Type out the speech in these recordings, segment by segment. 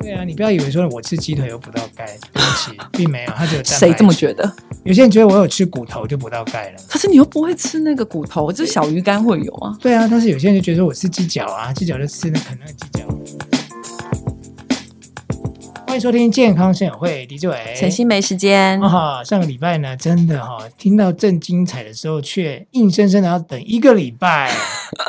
对啊，你不要以为说我吃鸡腿有补到钙，对不起，并没有，它只有蛋白谁这么质觉得？有些人觉得我有吃骨头就补到钙了。可是你又不会吃那个骨头，就是小鱼干会有啊。对啊，但是有些人就觉得我吃鸡脚啊，鸡脚就吃那啃那个鸡脚。欢迎收听健康生友会，李志伟。晨曦没时间，啊、上个礼拜呢，真的哈、听到正精彩的时候，却硬生生的要等一个礼 拜。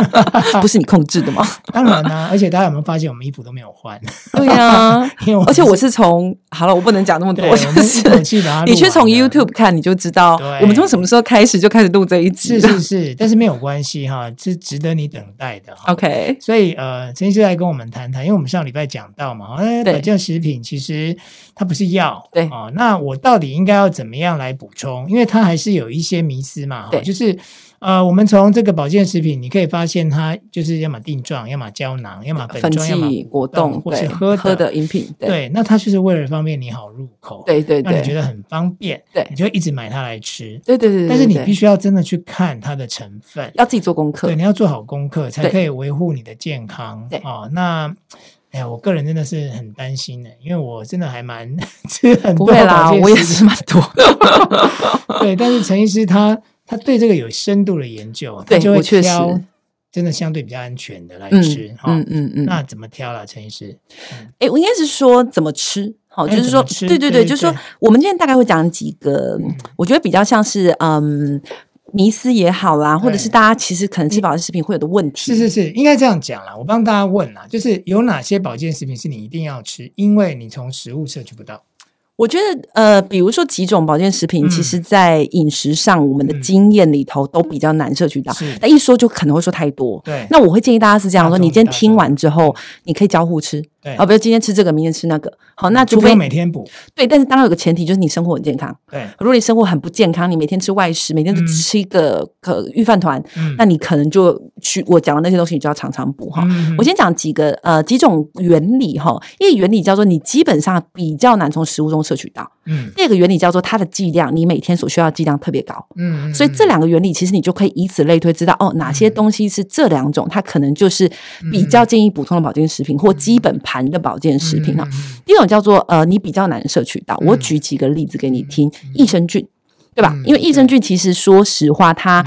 不是你控制的吗？当然啦、而且大家有没有发现我们衣服都没有换？ 对啊呀，因为我 而且我是从好了，我不能讲那么多，对，我我就们是一口气把它录完了。 你去从 YouTube 看你就知道对，我们从什么时候开始就开始录这一集是了。是是，但是没有关系哈，是值得你等待的哈。 OK，所以呃，陈医师来跟我们谈谈，因为我们上礼拜讲到嘛，呃，对保健食品其实它不是药，对哦，那我到底应该要怎么样来补充？因为它还是有一些迷思嘛，对就是呃，我们从这个保健食品，你可以发现它就是要么定状，要么胶囊，要么粉粉状，要么剂、果冻冻，或是对，喝的喝的饮品，呃对对，那它就是为了方便你好入口，对对让你对觉得很方便，对你就一直买它来吃。对对对。但是你必须须要真的去看它的成分，要自己做功课对，，你要做好功课，才对可以维护你的健康。对哦，那哎呀，我个人真的是很担心的，因为我真的还蛮 吃很不多会啦，保健我也食是蛮 多。品 对，但是陈医师他他对这个有深度的研究，他对就会我确实挑真的相对比较安全的来嗯吃。哈、嗯嗯嗯。那怎么挑啦，陈医师？哎、我应该是说怎么吃，好，哎就是怎么说，吃对对对对，就是说对，嗯我们今天大概会讲几个，我觉得比较像是嗯。迷思也好啦，或者是对大家其实可能吃保健食品会有的问题，哎嗯是是是，应该这样讲啦。我帮大家问啦，就是有哪些保健食品是你一定要吃，因为你从食物摄取不到。我觉得呃，比如说几种保健食品，嗯其实在饮食上我们的嗯经验里头都比较难摄取到，是啊那一说就可能会说太多。对那我会建议大家是这样大说：众你今天大听众嗯完之后，你可以交互吃，对啊，比如今天吃这个，明天吃那个。好，那嗯就除不非用每天补。对，但是当然有个前提就是你生活很健康。对，如果你生活很不健康，你每天吃外食，每天都嗯吃一个可预饭团，嗯那你可能就去我讲的那些东西，你就要常常补哈。嗯我先讲几个呃几种原理哈，一个原理叫做你基本上比较难从食物中摄取到，嗯第二个原理叫做它的剂量，你每天所需要的剂量特别高。嗯，嗯嗯所以这两个原理，其实你就可以以此类推，知道哦哪些东西是这两种，它可能就是比较建议普通的保健食品或基本盘的保健食品啊。嗯嗯嗯第一种叫做呃，你比较难摄取到。我举几个例子给你听，益生菌。对吧嗯？因为益生菌其实说实话，它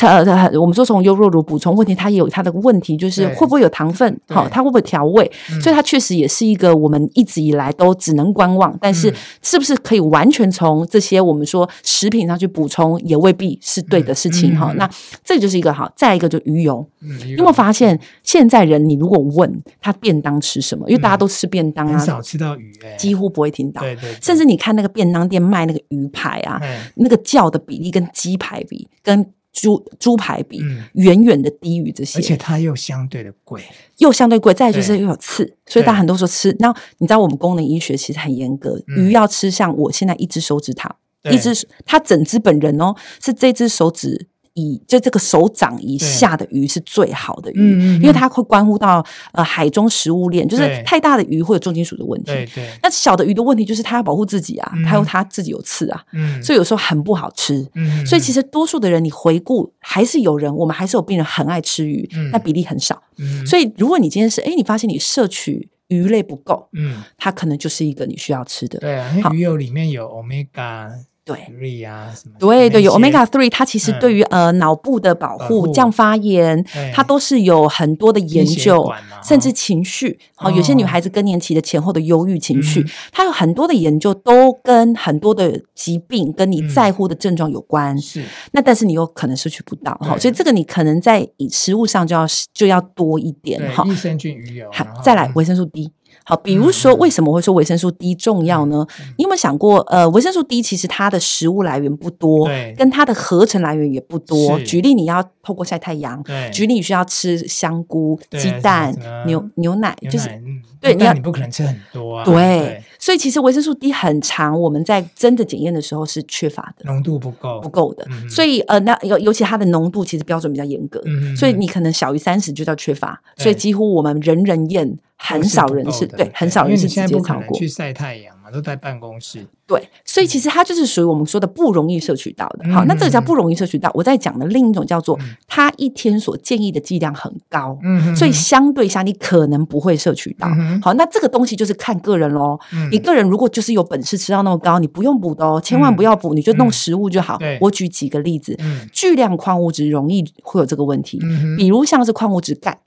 呃，它我们说从优酪乳补充问题，它也有它的问题，就是对会不会有糖分？对好，它会不会调味？嗯所以它确实也是一个我们一直以来都只能观望，但是嗯是不是可以完全从这些我们说食品上去补充，也未必是对的事情嗯哈嗯。那这就是一个好，再一个就鱼油，嗯你有没有发现现在人你如果问他便当吃什么，因为大家都吃便当嗯很啊，少吃到鱼、欸，几乎不会听到，对对，对甚至你看那个便当店卖那个鱼排啊，哎那个叫的比例跟鸡排比，跟猪猪排比，嗯，远远的低于这而些，且它又相对的贵，又相对贵。再来就是对又有刺，所对以大家很多时候吃。那你知道我们功能医学其实很严格，嗯鱼要吃像我现在一只手指头，对一只它整只本人哦，是这只手指。以就这个手掌以对下的鱼是最好的鱼，嗯嗯嗯因为它会关乎到呃海中食物链，就是对太大的鱼会有重金属的问题。对对，那小的鱼的问题就是它要保护自己啊，嗯它有它自己有刺啊，嗯，所以有时候很不好吃。嗯，所以其实，实多数的人，你回顾还是有人，我们还是有病人很爱吃鱼嗯，那比例很少。嗯，所以如果你今天是哎，你发现你摄取鱼类不够，嗯，它可能就是一个你需要吃的。对啊，因为好鱼油里面有 omega 对 three 啊什么，对对，有那些 omega three，它其实嗯对于呃脑部的保保护、护降发炎对，它都是有很多的研心血究。管嘛甚至哈情绪，好、哦有些女孩子更年期的前后的忧郁情绪，嗯它有很多的研究都跟很多的疾病跟你嗯在乎的症状有关。是那但是你有可能摄取不到哈，对所以这个你可能在以食物上就要就要多一点对哈。益生菌鱼油，好然，后再来嗯维生素 D。好，比如说嗯为什么会说维生素 D 重要呢？你有没有想过，呃，维生素 D 其实它的食物来源不多对，跟它的合成来源也不多。是举例，你要透过晒太阳，对举例你需要吃香菇、对鸡什么蛋什么、牛牛奶，牛就是奶嗯对你但要你不可能吃很多啊，对。所以其实维生素 D 很长，我们在真的检验的时候是缺乏的。浓度不够，不够的，嗯所以呃，那尤尤其它的浓度其实标准比较严格，嗯所以你可能小于三十就叫缺乏，对所以几乎我们人人验，很都是少不人够是的对，很少人哦因为是你现在直接不可超能过。去晒太阳嘛，都在办公室。对，嗯所以其实它就是属于我们说的不容易摄取到的。好，那这个叫不容易摄取到。我在讲的另一种叫做嗯它一天所建议的剂量很高，嗯哼，所以相对下你可能不会摄取到嗯哼。好，那这个东西就是看个人喽。嗯你个人如果就是有本事吃到那么高，你不用补的哦，千万不要补，你就弄食物就嗯好对。我举几个例子，嗯巨量矿物质容易会有这个问题，嗯哼比如像是矿物质钙。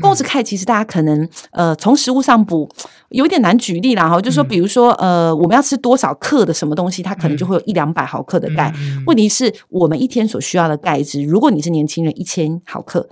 矿物质钙其实大家可能呃从食物上补有一点难举例啦哈，就是说嗯比如说呃我们要吃多少克的什么东西，它可能就嗯会有一两百毫克的钙。嗯嗯问题是我们一天所需要的钙质，如果你是年轻人，一千毫克。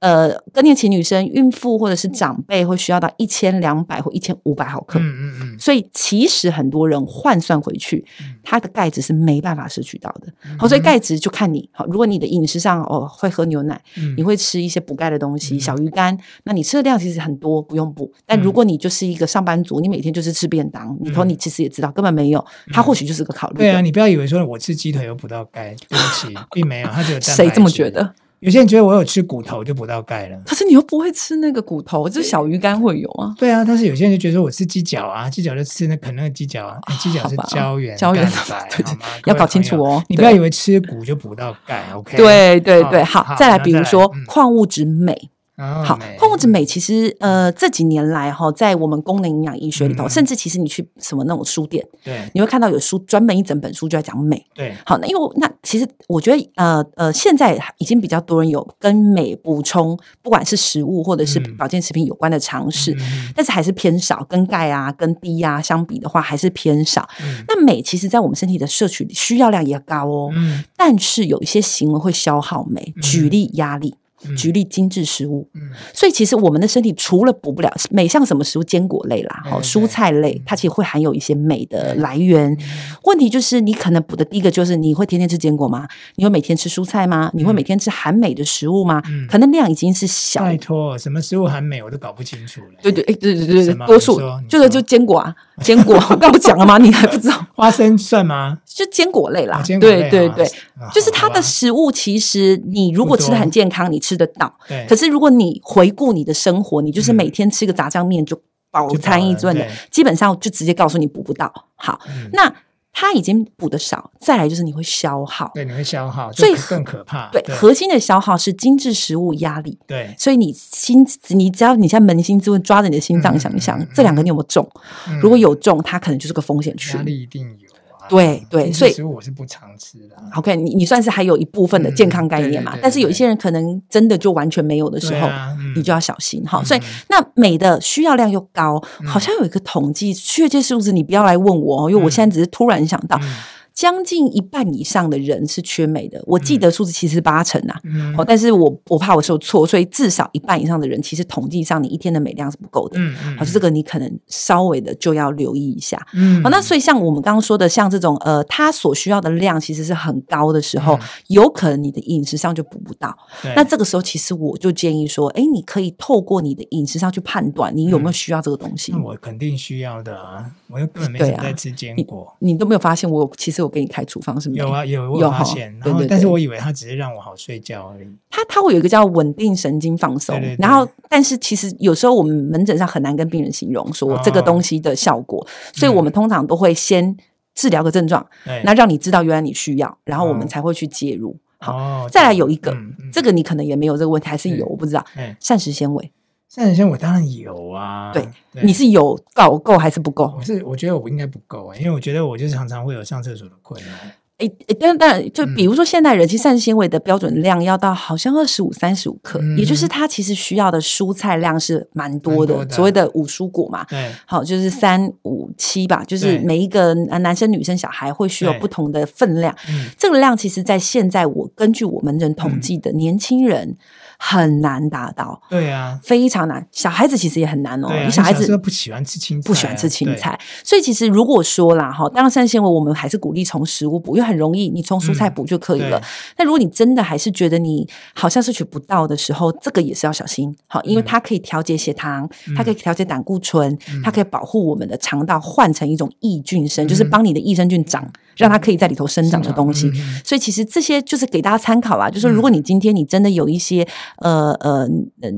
呃，更年期女生、孕妇或者是长辈会需要到一千两百或一千五百毫克，嗯嗯嗯所以其实很多人换算回去嗯，它的钙质是没办法摄取到的。嗯，好，所以钙质就看你好，如果你的饮食上哦会喝牛奶，嗯你会吃一些补钙的东西，嗯小鱼干，那你吃的量其实很多，不用补。但如嗯果你就是一个上班族，你每天就是吃便当，你头嗯你其实也知道根本没有，它嗯或许就是个考虑。对啊，，你不要以为说我吃鸡腿有补到钙，对不起，并没有，它只有蛋白谁这么质觉？得？有些人觉得我有吃骨头就补到钙了。可是你又不会吃那个骨头，就是小鱼干会有啊。对啊，但是有些人就觉得说我吃鸡脚啊，鸡脚就吃那啃那个鸡脚啊，哎鸡脚好是吧胶原胶原蛋蛋白白，对好吗？各要位搞清朋楚友哦你不要对以为吃骨就补到钙，OK？，对对对，好好，再来，那比再如来说嗯矿物质镁，哦好美，矿物质镁其实呃这几年来哈，在我们功能营养医学里头，嗯甚至其实你去什么那种书店，对你会看到有书专门一整本书就在讲镁。对，好，那因为我那其实我觉得，呃呃，现在已经比较多人有跟镁补充，不管是食物或者是嗯保健食品有关的尝试，嗯但是还是偏少，跟钙啊、跟 D 啊相比的话，还是偏少。嗯那镁其实在我们身体的摄取需要量也高哦，嗯但是有一些行为会消耗镁，举嗯例压力，嗯举例精致食物。嗯所以其实我们的身体除了补不了每像什么食物，坚果类啦，对好对蔬菜类嗯，它其实会含有一些镁的对来源嗯。问题就是你可能补的第一个就是你会天天吃坚果吗？你会每天吃蔬菜吗？你会每天吃含镁的食物吗嗯？可能量已经是小。拜托，什么食物含镁我都搞不清楚了。对对，哎，对对对什对，么多你数说你就是就说坚果啊，坚 果，我刚不讲了吗？你还不知道，花生算吗？就坚果类啦啊，坚果类对对啊对，啊就是好它吧的食物，其实你如不果吃的很多健康，你吃得到，对，可是如果你回顾你的生活，你就是哎嗯每天吃个炸酱面就饱就饱餐一了顿的对，基本上就直接告诉你补不到。好，嗯那它已经补的少，再来就是你会消耗。对你会消耗，最这核更可怕。对，核心的消耗是精致食物压力，对，所以你心，你只要你现在扪心自问，抓着你的心脏嗯想一想嗯，这两个你有没有中？嗯如果有中，它可能就是个风险区压。力一定有啊。对对精致所以食物我是不常吃的啊。 OK，你你算是还有一部分的健康概念嗯嘛对对对？但是有一对些人可能真的就完全没有的时对候，啊嗯你就要小心哈。嗯所以那镁的需要量又高，好像有一个统计，确切数字你不要来问我哦，因为我嗯现在只是突然想到，嗯将近一半以上的人是缺镁的。我记得数字其实是八成啊。嗯哦，但是我我怕我说错，所以至少一半以上的人，其实统计上你一天的镁量是不够的。嗯嗯，好，就这个你可能稍微的就要留意一下。嗯，好、那所以像我们刚刚说的，像这种呃，它所需要的量其实是很高的时候，嗯有可能你的饮食上就补不到。对那这个时候，其实我就建议说，哎，你可以透过你的饮食上去判断你有没有需要这个东西。那我肯定需要的啊，我又根本没对什么啊在吃坚果。你都没有发现我有其实我给你开处方是没有啊，有我有有发哈现，对然后对但是对我以为它只是让我好睡觉而已。它它会有一个叫稳定神经放松，对对对然后但是其实有时候我们门诊上很难跟病人形容说哦这个东西的效果，所以我们通常都会先治疗个症状，对，那让你知道原来你需要，然后嗯我哦嗯们才会去介入。好，好再来有一个，这个个你可能也没有这个问题，还是有我不知道嗯哎，膳食纤维，三人生我当然有啊。对你是有够够还是不够？我是我觉得我应该不够啊，因为我觉得我就是常常会有上厕所的困难。诶诶，但当然，就嗯比如说现代人，其实膳食纤维的标准量要到好像二十五、三十五克，嗯也就是它其实需要的蔬菜量是蛮多的，蛮多的所谓的五蔬果嘛。对，好，就是三五七吧，就对是每一个呃男生、女生、小孩会需要对不同的分量。嗯，这个量其实，在现在我根据我们人统计的，年轻人很难达到，对啊，非常难。小孩子其实也很难哦，对啊，你小孩因为时子候不喜欢吃青菜啊，不喜欢吃青对，菜，所以其实如果说啦哈，当然膳食纤维我们还是鼓励从食物补，因为很容易，你从蔬菜嗯补就可以了对。那、如果你真的还是觉得你好像摄取不到的时候，这个也是要小心好，因为嗯它可以调节血糖，它可以调节胆固醇，嗯它可以保护我们的肠道换成一种益菌生，就是嗯帮你的益生菌长让它可以在里头生长的东西。嗯嗯所以其实这些就是给大家参考啦，就是如果你今天你真的有一些、呃呃，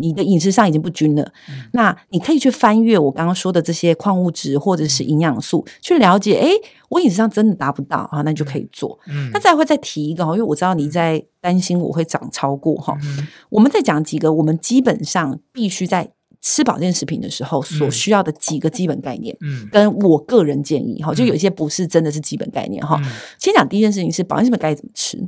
你的饮食上已经不均了，嗯那你可以去翻阅我刚刚说的这些矿物质或者嗯是营养素，去了解，诶，我饮食上真的达不到啊，那你就可以做。嗯那再会再提一个哈，因为我知道你在担心我会长超过哈，嗯我们再讲几个我们基本上必须在吃保健食品的时候所需要的几个基本概念。嗯跟我个人建议哈，就有一些不是真的是基本概念哈。嗯先讲第一件事情是保健食品该怎么吃。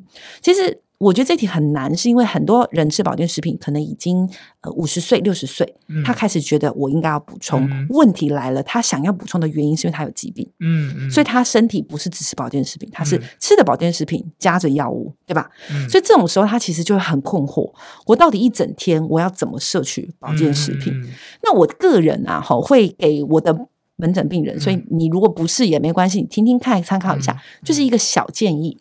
其实我觉得这题很难，是因为很多人吃保健食品可能已经呃五十岁、六十岁，嗯他开始觉得我应该要补充。嗯问题来了，他想要补充的原因是因为他有疾病，嗯嗯，所以他身体不是只吃保健食品，他是嗯吃的保健食品加着药物，对吧？以所以这种时候他其实就会很困惑，我到底一整天我要怎么摄取保健食品？，嗯嗯那我个人啊，哈，会给我的门诊嗯病人，所以你如果不是也没关系，你听听看，参考一下，就是一个小建议。嗯嗯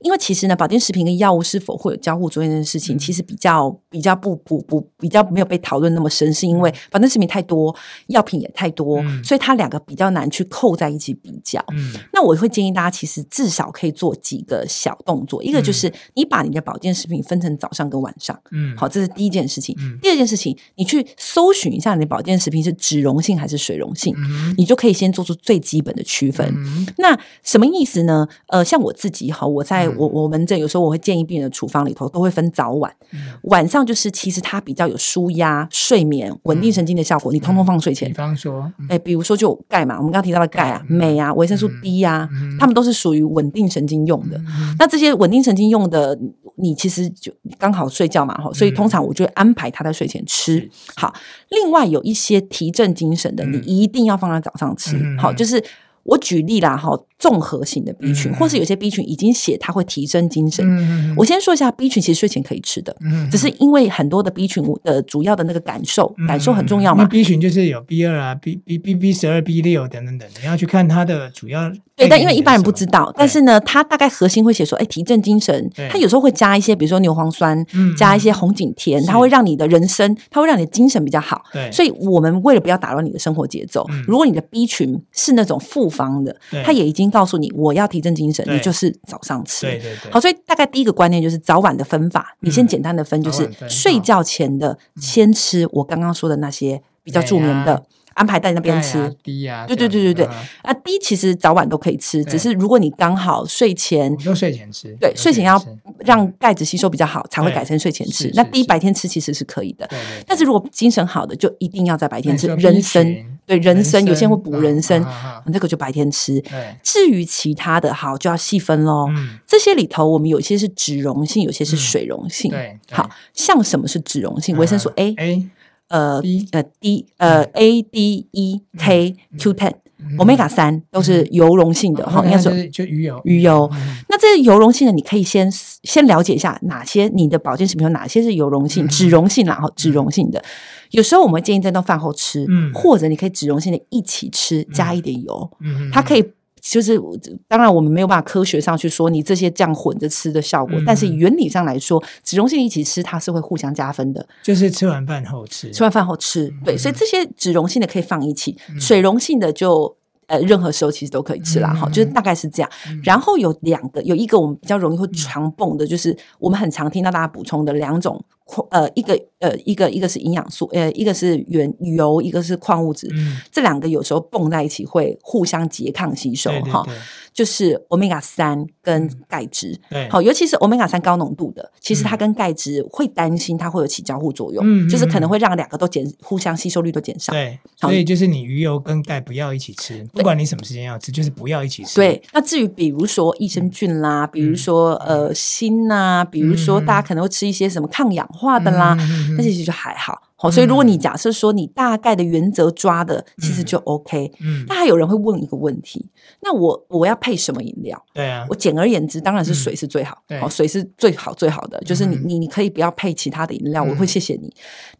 因为其实呢，保健食品跟药物是否会有交互作用这件事情，嗯其实比较比较不不不比较没有被讨论那么深，是因为保健食品太多，药品也太多，嗯所以它两个比较难去扣在一起比较。嗯那我会建议大家，其实至少可以做几个小动作，一个就是你把你的保健食品分成早上跟晚上，嗯好，这是第一件事情。嗯第二件事情，你去搜寻一下你的保健食品是脂溶性还是水溶性，嗯你就可以先做出最基本的区分。嗯那什么意思呢？呃，像我自己哈，我在嗯我我门诊有时候我会建议病人的处方里头都会分早晚，嗯晚上就是其实它比较有舒压、睡眠、稳定神经的效果，你通通放睡前比。方说，嗯哎，比如说就有钙嘛，我们刚刚提到的钙啊、嗯镁啊、维生素嗯 D 啊，嗯它们都是属于稳定神经用的。嗯那这些稳定神经用的，你你其实就刚好睡觉嘛，哈，嗯所以通常我就会安排他在睡前吃。好，另外有一些提振精神的，你嗯一定要放在早上吃嗯。好，就是我举例啦，哈，综合型的 B 群，嗯或是有些 B 群已经写它会提升精神。嗯嗯我先说一下 B 群，其实睡前可以吃的，嗯只是因为很多的 B 群的主要的那个感受，嗯感受很重要那嘛。 B 群就是有 B 二啊、B B B B 十二、B 六等等等，你要去看它的主要。对，但因为一般人不知，道，但对是呢，它大概核心会写说，哎，提振精神对。它有时候会加一些，比如说牛磺酸，嗯加一些红景天，是它会让你的人生，它会让你的精神比较好。对，所以，我们为了不要打乱你的生活节奏，嗯如果你的 B 群是那种复方的对，它也已经告诉你我要提振精神，对你就是早上对吃。对对，好，所以大概第一个观念就是早晚的分法，你先嗯简单的分，就早是晚分嗯睡觉前的先吃我刚刚说的那些比较助眠镁的，安排在那边钙啊吃。低啊，对对这样对对子啊啊，D 其实早晚都可以吃，对只是如果你刚好睡前我都睡前吃，嗯对我都睡前要吃让钙质吸收比较好，才会对改成睡前吃是。那是 D 是白天吃其实是可以的，对对，但是如果精神好的，就一定要在白白天吃。人参，对人参，有些人会补人参，啊那个就白天吃。对，至于其他的，好就要细分喽。嗯，这些里头，我们有些是脂溶性，有些是水溶性。对，对啊好，像什么是脂溶性？维生素 A， A 呃 B 嗯呃 D 呃 A D E K Q ten、omega 三都是嗯油溶性的哈，应该说是嗯哦就鱼油，鱼油。嗯那这些油溶性的，你可以先先了解一下哪些你的保健食品有哪些是油溶嗯性、脂溶性啦，然后脂溶性的。有时候我们会建议在到饭后吃，嗯或者你可以脂溶性的一起吃，加一点油，嗯它可以以。就是，当然我们没有办法科学上去说你这些这样混着吃的效果，嗯但是原理上来说，脂溶性一起吃它是会互相加分的。就是吃完饭后吃，吃完饭后吃，对，所以这些脂溶性的可以放一起，嗯水溶性的就呃任何时候其实都可以吃啦，嗯哈、就是大概是这样。然后有两个，有一个我们比较容易会嗯常蹦的，就是我们很常听到大家补充的两种矿，呃，一个呃一个一个是营养素，呃，一个是原油，一个是矿物质。嗯，这两个有时候蹦在一起会互相拮抗吸收对对哈，对嗯就是 omega 三跟钙质，对，好，尤其是 omega 三高浓度的，其实它嗯跟钙质会担心它会有起交互作用，嗯就是可嗯嗯能会让两个都减，互相吸收率都减少。对，好所以就是你鱼油跟钙不要一起吃，不管你什么时间要吃，就是不要一起吃。对，那至于比如说益生菌啦，比如说呃锌呐、比如说嗯嗯大家可能会吃一些什么抗氧化嗯，的啦，嗯，嗯那些其实就还好。好，所以如果你假设说你大概的原则抓的，其实嗯就 OK。嗯，那还有人会问一个问题，那我我要配什么饮料？对啊我，简而言之，当然是嗯水是最好，对哦，水是最好最好的，就是你嗯你你可以不要配其他的饮料，我嗯会谢谢你。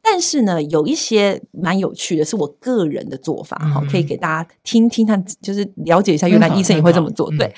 但是呢，有一些蛮有趣的，是我个人的做法，哈、嗯可以给大家听听看，就是了解一下，参原来考医生参也会这考么做，嗯对。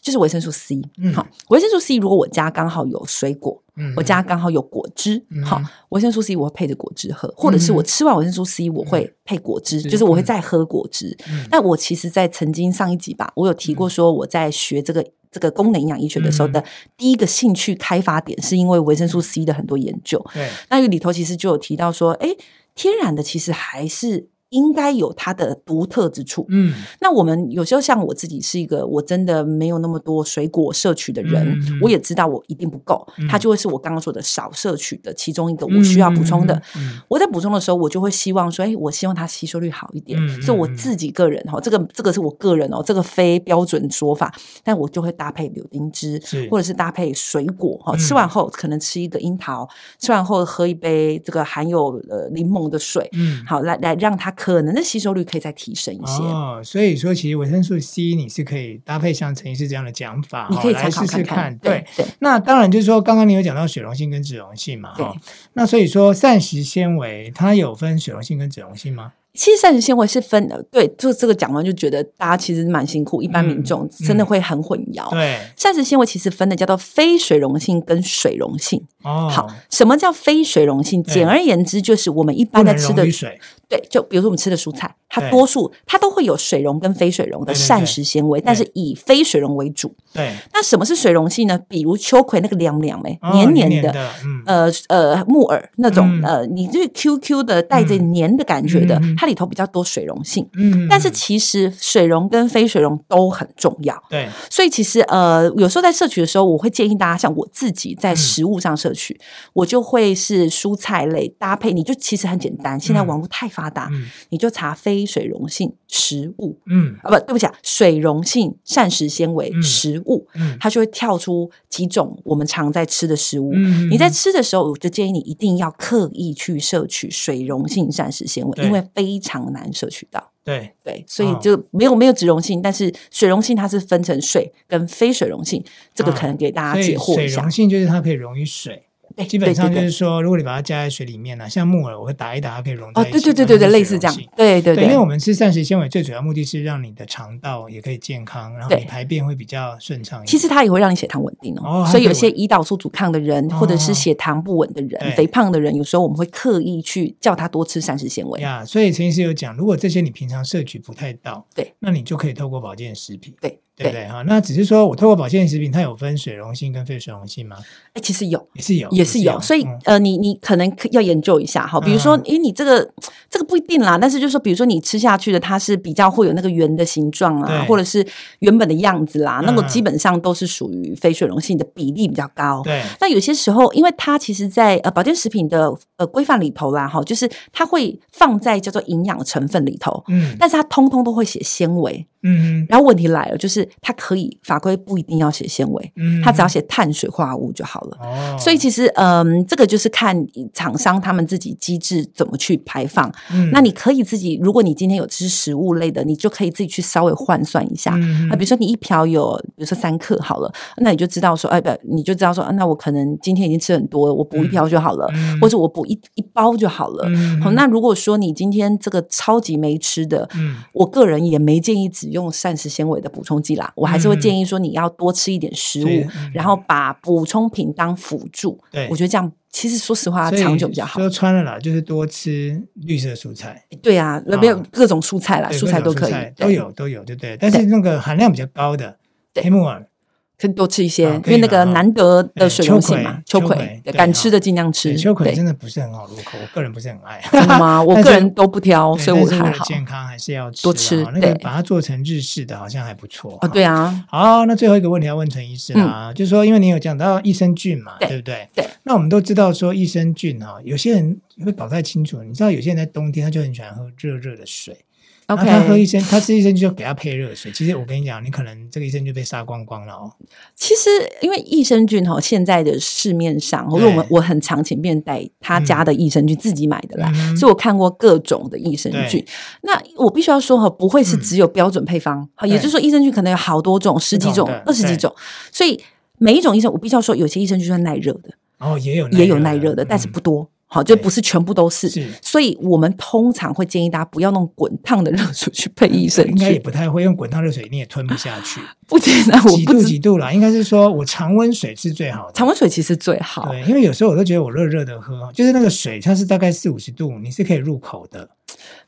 就是维生素 C 嗯。好，维生素 C 如果我家刚好有水果，嗯我家刚好有果汁嗯，好，维生素 C 我会配着果汁喝，或者是我吃完维生素 C 我会配果汁，就是我会再喝果汁。嗯那我其实，在曾经上一集吧，我有提过说我在学这个。这个功能营养医学的时候嗯的第一个兴趣开发点，是因为维生素 C 的很多研究。对，那里头其实就有提到说，哎，天然的其实还是应该有它的独特之处。嗯，那我们有时候像我自己是一个我真的没有那么多水果摄取的人，嗯嗯嗯我也知道我一定不够，嗯它就会是我刚刚说的少摄取的其中一个我需要补充的。嗯，我在补充的时候，我就会希望说，哎，我希望它吸收率好一点，嗯嗯所以我嗯自己个人哈、这个这个是我个人哦，这个非标准说法，但我就会搭配柳丁汁嗯是，或者是搭配水果哈、嗯吃完后可能吃一个樱桃，吃完后喝一杯这个含有呃柠檬的水，嗯，好来来让它可能的吸收率可以再提升一些。哦，所以说其实维生素 C 你是可以搭配像陈医师这样的讲法，你可以哦参考来试看试对。对，那当然就是说，刚刚你有讲到水溶性跟脂溶性嘛，对哈。那所以说，膳食纤维它有分水溶性跟脂溶性吗？其实膳食纤维是分的，对，就这个讲完就觉得大家其实蛮辛苦，一般嗯民众真的会很混淆。对，膳食纤维其实分的叫做非水溶性跟水溶性。哦，哎好，什么叫非水溶性？对简而言之，就是我们一不般在能吃溶的于，水，对，就比如说我们吃的蔬菜，它对多数它都会有水溶跟非水溶对的对对哎膳食纤维，但是以非水溶为主。对，那什么是水溶性呢？比如秋葵那个凉凉哎，哦黏黏黏的。的，嗯，呃呃，木耳那种、嗯呃，你这 QQ 的带着黏的感觉的，嗯嗯嗯它里头比较多水溶性。嗯，但是嗯其实水溶跟非水溶都很重要，对，所以其实呃，有时候在摄取的时候，我会建议大家，像我自己嗯在食物上摄取，我就会是蔬菜类搭配，你就其实很简单。现在网络太发达，嗯你就查非水溶性食物嗯啊，不对不起啊，水溶性膳食纤维嗯食物，嗯它就会跳出几种我们常在吃的食物。嗯，你在嗯吃的时候，我就建议你一定要刻意去摄取水溶性膳食纤维，对因为非常难摄取到。对，对，所以哦就没有、没有脂溶性，但是水溶性它是分成水跟非水溶性，这个可能给大家啊所以解惑水一下溶。性就是它可以溶于水。对，基本上对就对是对说，如果你把它加在水里面呢、啊像木耳，我会打一打，它可以溶在哦，一起。对它对对就对是对，类水似溶这样性，对对对，因为对我们吃膳食纤维最主要目的是让你的肠道也可以健康，然后对你排便会比较顺畅一点。其实它也会让你血糖稳定哦哦，它所以有可以些稳胰岛素阻抗的人，或者是血糖不稳的人、对肥胖的人，有时候我们会刻意去叫他多吃膳食纤维。呀所以陈医师有讲，如果这些你平常摄取不太到，对，那你就可以透过保健食品，对对不对哈？那只是说我透过保健食品，它有分水溶性跟非水溶性吗？哎，其实有，也是有，也是有，所以、嗯呃，你你可能可要研究一下哈，比如说嗯，诶，你这个这个不一定啦，但是就是说，比如说你吃下去的，它是比较会有那个圆的形状啊对，或者是原本的样子啦，那个嗯基本上都是属于非水溶性的比例比较高。对，那有些时候，因为它其实在，呃保健食品的呃规范里头啦，哈，就是它会放在叫做营养成分里头，嗯但是它通通都会写纤维。嗯然后问题来了，就是它可以法规不一定要写纤维，嗯，它只要写碳水化合物就好了。哦，所以其实，嗯，这个就是看厂商他们自己机制怎么去排放。嗯那你可以自己，如果你今天有吃食物类的，你就可以自己去稍微换算一下。嗯啊，比如说你一瓢有，比如说三克好了，那你就知道说，哎不，你就知道说，啊那我可能今天已经吃很多了，我补一瓢就好了，嗯或者我补一一包就好了。嗯好，那如果说你今天这个超级没吃的，嗯我个人也没建议只用膳食纤维的补充剂啦，我还是会嗯建议说你要多吃一点食物，是嗯然后把补充品当辅助。对我觉得这样其实说实话所以长久比较好。说穿了啦，就是多吃绿色蔬菜，对啊，那啊没有各种蔬菜啦，对蔬菜各都种可以，对都，有都有，对不对？但是那个含量比较高的对黑木耳，可以多吃一些，啊可因以为那啦个哈难得对的水溶性嘛，秋秋葵葵，秋葵对对敢哈吃的尽量吃。对秋葵对真的不是很好入口，我个人不是很爱。 真的吗？我 但个是人都不挑，对所以但我是为还了好。健康还是要吃多啦吃哈那个对把它做成日式的，好像还不错哦，对。啊，好，那最后一个问题要问陈医师啦，就是说，因为你有讲到益生菌嘛，嗯对对不对？对。那我们都知道说益生菌哈，有些人会搞不太清楚，你知道有些人在冬天他就很喜欢喝热热的水，然后啊他喝 OK，益生，他吃益生菌就给他配热水。其实我跟你讲，你可能这个益生菌被杀光光了哦。其实因为益生菌哈，现在的市面上，因为我们对我很常请便带他家的益生菌自己买的啦，嗯啊所以我看过各种的益生菌对。嗯那我必须要说哈，不会是只有标准配方，哈也就是说益生菌可能有好多种，十几不同种的、二十几对种，所以每一种益生，我必须要说，有些益生菌是耐热的，哦，也有也有耐热的的，但是嗯不多。好，就不是全部都是。是所以我们通常会建议大家不要弄滚烫的热水去 配益生应该也菌，不太会用滚烫热水，你也吞不下去。不简单， 我几不度知几度啦？应该是说我常温水是最好的。常温水其实最好。对，因为有时候我都觉得我热热的喝，就是那个水它是大概四五十度，你是可以入口的，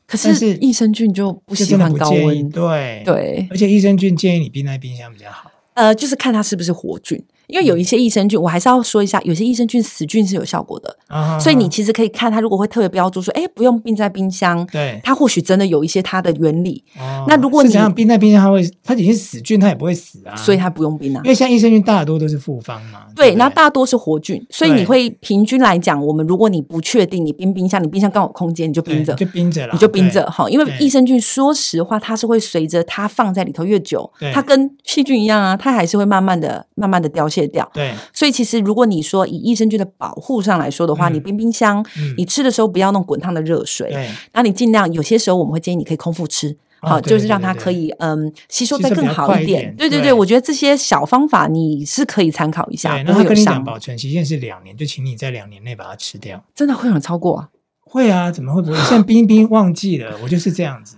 可但是是益生菌就不就喜真的欢不高建议。温，对，对，而且益生菌建议你冰在冰箱比较好。呃，就是看它是不是活菌，因为有一些益生菌，我还是要说一下，有些益生菌死菌是有效果的，啊所以你其实可以看它，如果会特别标注说，哎，不用冰在冰箱，对，它或许真的有一些它的原理，哦啊那如果是你怎样冰在冰箱，它会它已经是死菌，它也不会死啊。所以它不用冰啊因。为像益生菌大多都是复方嘛。对，不那大多是活菌，所以对你会平均来讲，我们如果你不确定，你冰冰箱，你冰箱刚好有空间，你就对冰着你，就冰着了，你就冰着对。哈。因为对益生菌，说实话，它是会随着它放在里头越久对，它跟细菌一样啊，它还是会慢慢的、慢慢的凋谢掉。对，所以其实如果你说以益生菌的保护上来说的话，嗯你冰冰箱，嗯你吃的时候不要弄滚烫的热水，对，那你尽量有些时候我们会建议你可以空腹吃。哦好，对就是让它对对可以嗯吸收吸再收比更较好快一一点点。对对对对，我觉得这些小方法你是可以参考一下对，，不那他会有跟你讲伤。保存期限是两年，就请你在两年内把它吃掉。真的会有人超过啊？ 会啊，怎么会不会？现在冰一冰忘记了，我就是这样子。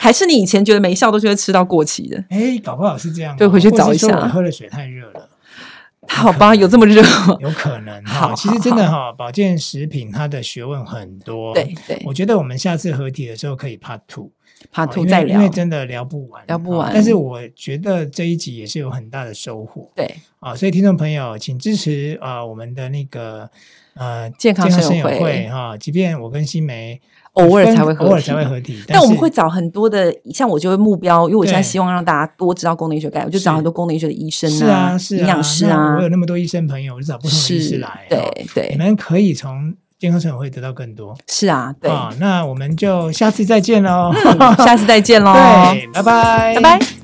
还是你以前觉得没效都是会吃到过 期的？哎，搞不好是这样哦。对回去或是找一说下我喝的水太热了，好吧，有这么热吗？ 有啊可能哈。好其实真的哈，保健食品它的学问很多。对，对，我觉得我们下次合体的时候可以 Part Two，怕哦吐因为再因为聊。真的聊不完，聊不哦完但是我觉得这一集也是有很大的收获对，啊，所以听众朋友，请支持啊我们的那个呃健康健生友友会会哈，即便我跟新梅偶尔分才会合偶尔体才会合体，但我们是会找很多的，像我就会目标，因为我现在对希望让大家多知道功能医学概念，我就找是很多功能医学的医生是啊是啊，营养师那啊我，有那么多医生朋友，我就找不同的医师是来，哦对你对，们可以从健康生友会得到更多是啊，对。 啊。那我们就下次再见喽， 下次再见喽，对，拜拜，拜拜。